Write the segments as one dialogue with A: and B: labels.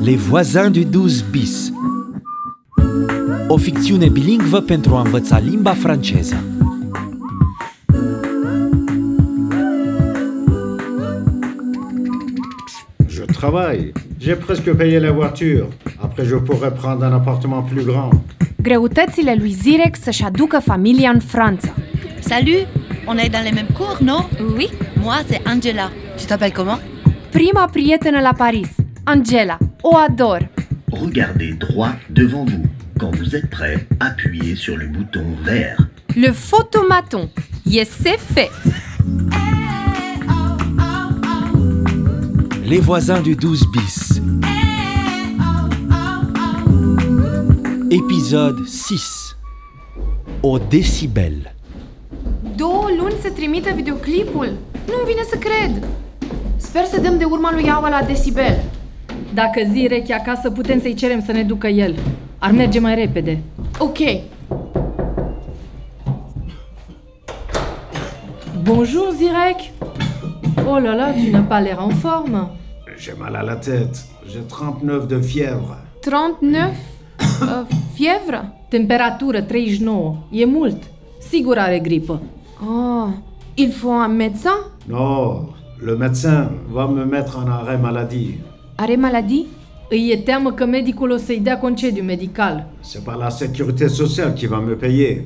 A: Les voisins du 12 bis O ficțiune bilingvă pentru a învăța limba franceză.
B: Je travaille. J'ai presque payé la voiture. Après, je pourrais prendre un appartement plus grand.
C: Greutățile lui Zirec să-și aducă familia în Franța.
D: Salut, on est dans les mêmes cours, non
E: Oui,
D: Moi, c'est Angela. Tu t'appelles comment
C: Prima prietenă la Paris, Angela, o ador.
F: Regardez droit devant vous. Quand vous êtes prêt, appuyez sur le bouton vert.
C: Le photomaton, e se fait.
A: Les voisins du 12 bis. Épisode 6. Au décibel.
G: Două luni să trimită videoclipul. Nu-mi vine să cred. Sper să dăm de urma lui Aua la Decibel.
H: Dacă Zirec e acasă, putem să-i cerem să ne ducă el. Ar merge mai repede.
G: Ok,
H: Bonjour Zirec Oh là là, tu n'as pas l'air en forme.
B: J'ai mal à la tête. J'ai 39 de fièvre.
G: 39 uh, fievră.
H: Temperatură 39. E mult. Sigur are gripă.
G: Oh, il faut un médecin
B: Non, le médecin va me mettre en arrêt maladie.
G: Are maladie
H: Îi e teamă că medicul o să-i dea concediu medical.
B: C'est pas la sécurité sociale qui va me payer.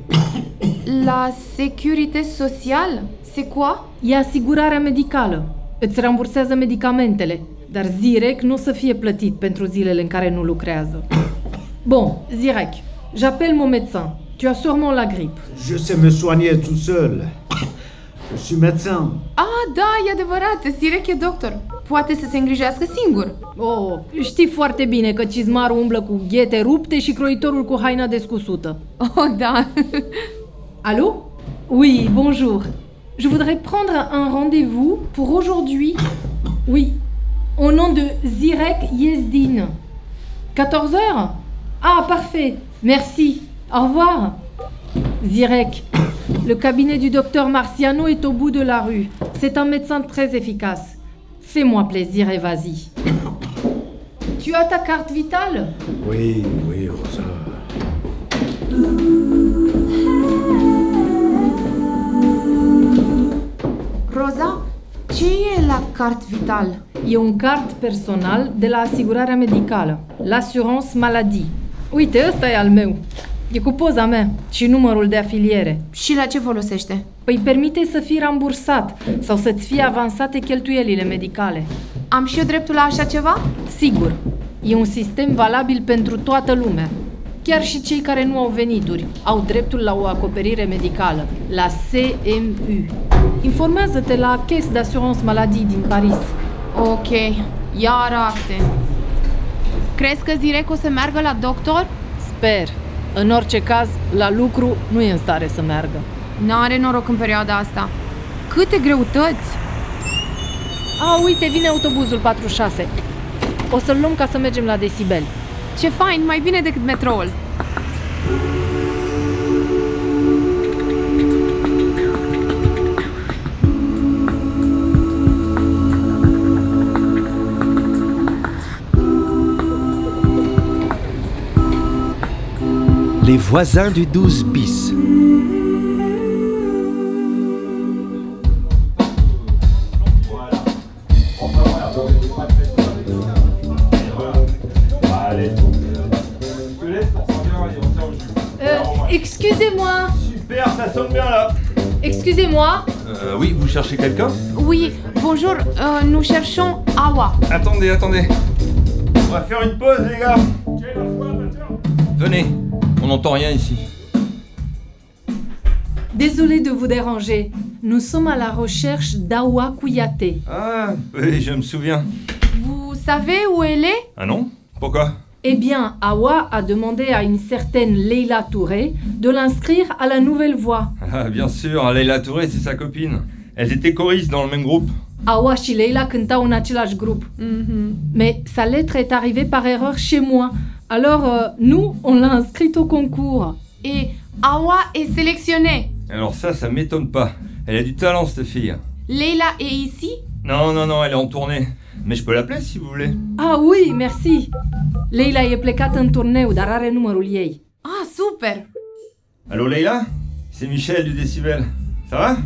G: La sécurité sociale C'est quoi
H: E asigurarea medicală. Îți rambursează medicamentele, dar Zirec nu o să fie plătit pentru zilele în care nu lucrează. Bon, Zirec, j'appelle mon médecin. Tu as sûrement la grippe.
B: Je sais me soigner tout seul. Je suis médecin.
G: Ah, da, e adevărat, Sirec e doctor. Poate să se îngrijească singur.
H: Oh, știi foarte bine că cizmarul umblă cu ghete rupte și croitorul cu haina descusută.
G: Oh, da.
H: Allô Oui, bonjour. Je voudrais prendre un rendez-vous pour aujourd'hui. Oui, au nom de Zirek Yezdin. 14 heures Ah, parfait. Merci. Au revoir. Zirek, le cabinet du docteur Marciano est au bout de la rue. C'est un médecin très efficace. Fais-moi plaisir et vas-y. Tu as ta carte vitale
B: Oui, oui, Rosa.
G: Roza, ce e la cart vital?
H: E un card personal de la asigurarea medicală, la Assurance Maladie. Uite, ăsta e al meu. E cu poza mea și numărul de afiliere.
G: Și la ce folosește?
H: Păi permite să fii rambursat sau să-ți fie avansate cheltuielile medicale.
G: Am și eu dreptul la așa ceva?
H: Sigur, e un sistem valabil pentru toată lumea. Chiar și cei care nu au venituri au dreptul la o acoperire medicală, la CMU. Informează-te la Caisse d'Assurance Maladie din Paris.
G: Ok, iar acte. Crezi că Zirec o să meargă la doctor?
H: Sper. În orice caz, la lucru nu e în stare să meargă.
G: N-are noroc în perioada asta. Câte greutăți!
H: A, uite, vine autobuzul 46. O să-l luăm ca să mergem la Decibel.
G: Ce fain, mai bine decât metroul.
A: Les voisins du 12 bis.
H: Euh, excusez-moi,
I: Super, ça sonne bien là
H: excusez-moi.
I: Euh, oui, vous cherchez quelqu'un
G: Oui, bonjour, euh, nous cherchons Awa.
I: Attendez, attendez. On va faire une pause les gars Venez, on n'entend rien ici.
H: Désolé de vous déranger. Nous sommes à la recherche d'Awa Kouyaté.
I: Ah, oui, je me souviens.
G: Vous savez où elle est
I: Ah non Pourquoi
H: Eh bien, Awa a demandé à une certaine Leila Touré de l'inscrire à la nouvelle voie.
I: Ah, bien sûr, Leila Touré, c'est sa copine. Elles étaient choristes dans le même groupe.
H: Awa și Leila cântau în același grup.
G: Mhm.
H: Mais sa lettre est arrivée par erreur chez moi. Alors, euh, nous, on l'a inscrite au concours.
G: Et Awa est sélectionnée.
I: Alors ça, ça m'étonne pas. Elle a du talent, cette fille.
G: Leila est ici
I: Non, non, non, elle est en tournée. Mais je peux l'appeler si vous voulez.
H: Ah, oui, merci. Leila e plecată în turneu, dar are numărul ei.
G: Ah, super!
I: Allô Leïla C'est Michel du Décibel. Ça va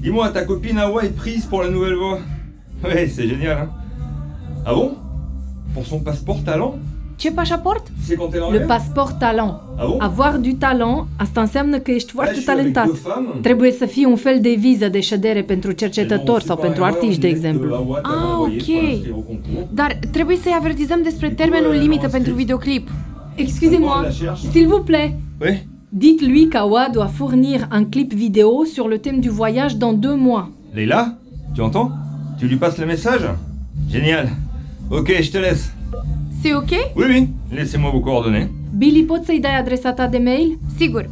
I: Dis-moi, ta copine Hawa est prise pour la nouvelle voix. Ouais, c'est génial, hein Ah bon Pour son passeport talent
C: Ce pașaport?
I: C'est quand elle
H: Le
I: enlève
H: pasport talent.
I: Ah bon
H: Avoir du talent, asta înseamnă că ești
I: Là, je
H: foarte
I: suis avec
H: talentat.
I: deux femmes.
H: Trebuie să fie un fel de viză de ședere pentru cercetători sau pentru artiști,
I: E
H: de exemplu.
G: Ah, ok. Dar trebuie să-i avertizăm despre termenul limită pentru videoclip.
H: Excusez-moi, s'il vous plaît,
I: Oui
H: dites-lui qu'Awa doit fournir un clip vidéo sur le thème du voyage dans deux mois.
I: Leïla Tu entends Tu lui passes le message Génial. Ok, je te laisse.
G: C'est ok?
I: Oui, oui, laissez-moi vos coordonnées.
H: Billy, poți să-i dai adresa ta de mail?
G: Sigur.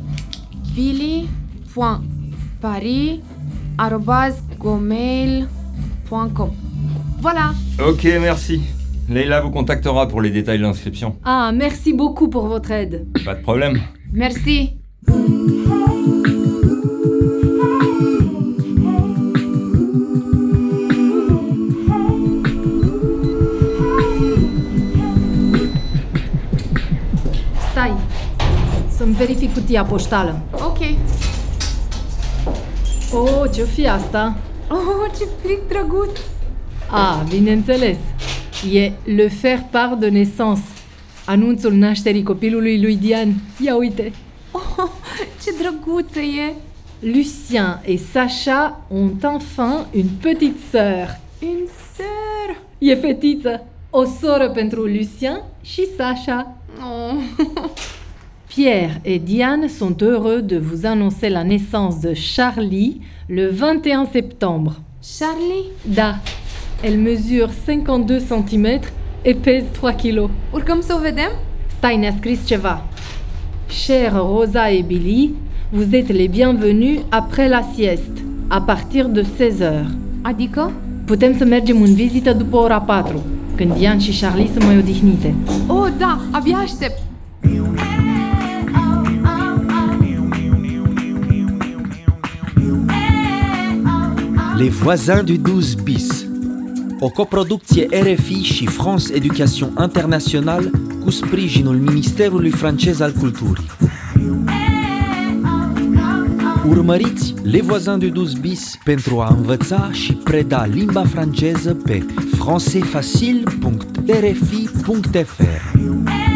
G: billy.paris.gmail.com Voilà!
I: Ok, merci. Leïla vous contactera pour les détails de l'inscription.
H: Ah, merci beaucoup pour votre aide.
I: Pas de problème.
G: Merci!
H: Stai, să-mi verific cutia poștală.
G: Ok.
H: Oh, ce-o fi asta?
G: Oh, ce plic drăguț!
H: Ah, bineînțeles. E le faire part de naissance. Anunțul nașterii copilului lui Diane. Ia uite.
G: Oh, ce drăguță e!
H: Lucien et Sacha ont enfin une petite sœur.
G: Une sœur!
H: E fetiță. O soră pentru Lucien și Sacha.
G: Oh.
H: Pierre et Diane sont heureux de vous annoncer la naissance de Charlie le 21 septembre.
G: Charlie,
H: Da, elle mesure 52 cm et pèse 3 kilos.
G: urcăm să o vedem?
H: Stai, ne-a scris ceva. Chers Rosa et Billy, vous êtes les bienvenus après la sieste, à partir de 16h.
G: Adică?
H: Putem să mergem în vizită după ora 4, când Diane și Charlie sunt mai odihnite.
G: Oh, da, abia aștept!
A: Les voisins du 12 bis. O coproducție RFI și France Education International cu sprijinul Ministerului francez al Culturii. Urmăriți Les voisins du 12 bis pentru a învăța și preda limba franceză pe francefacil.rfi.fr.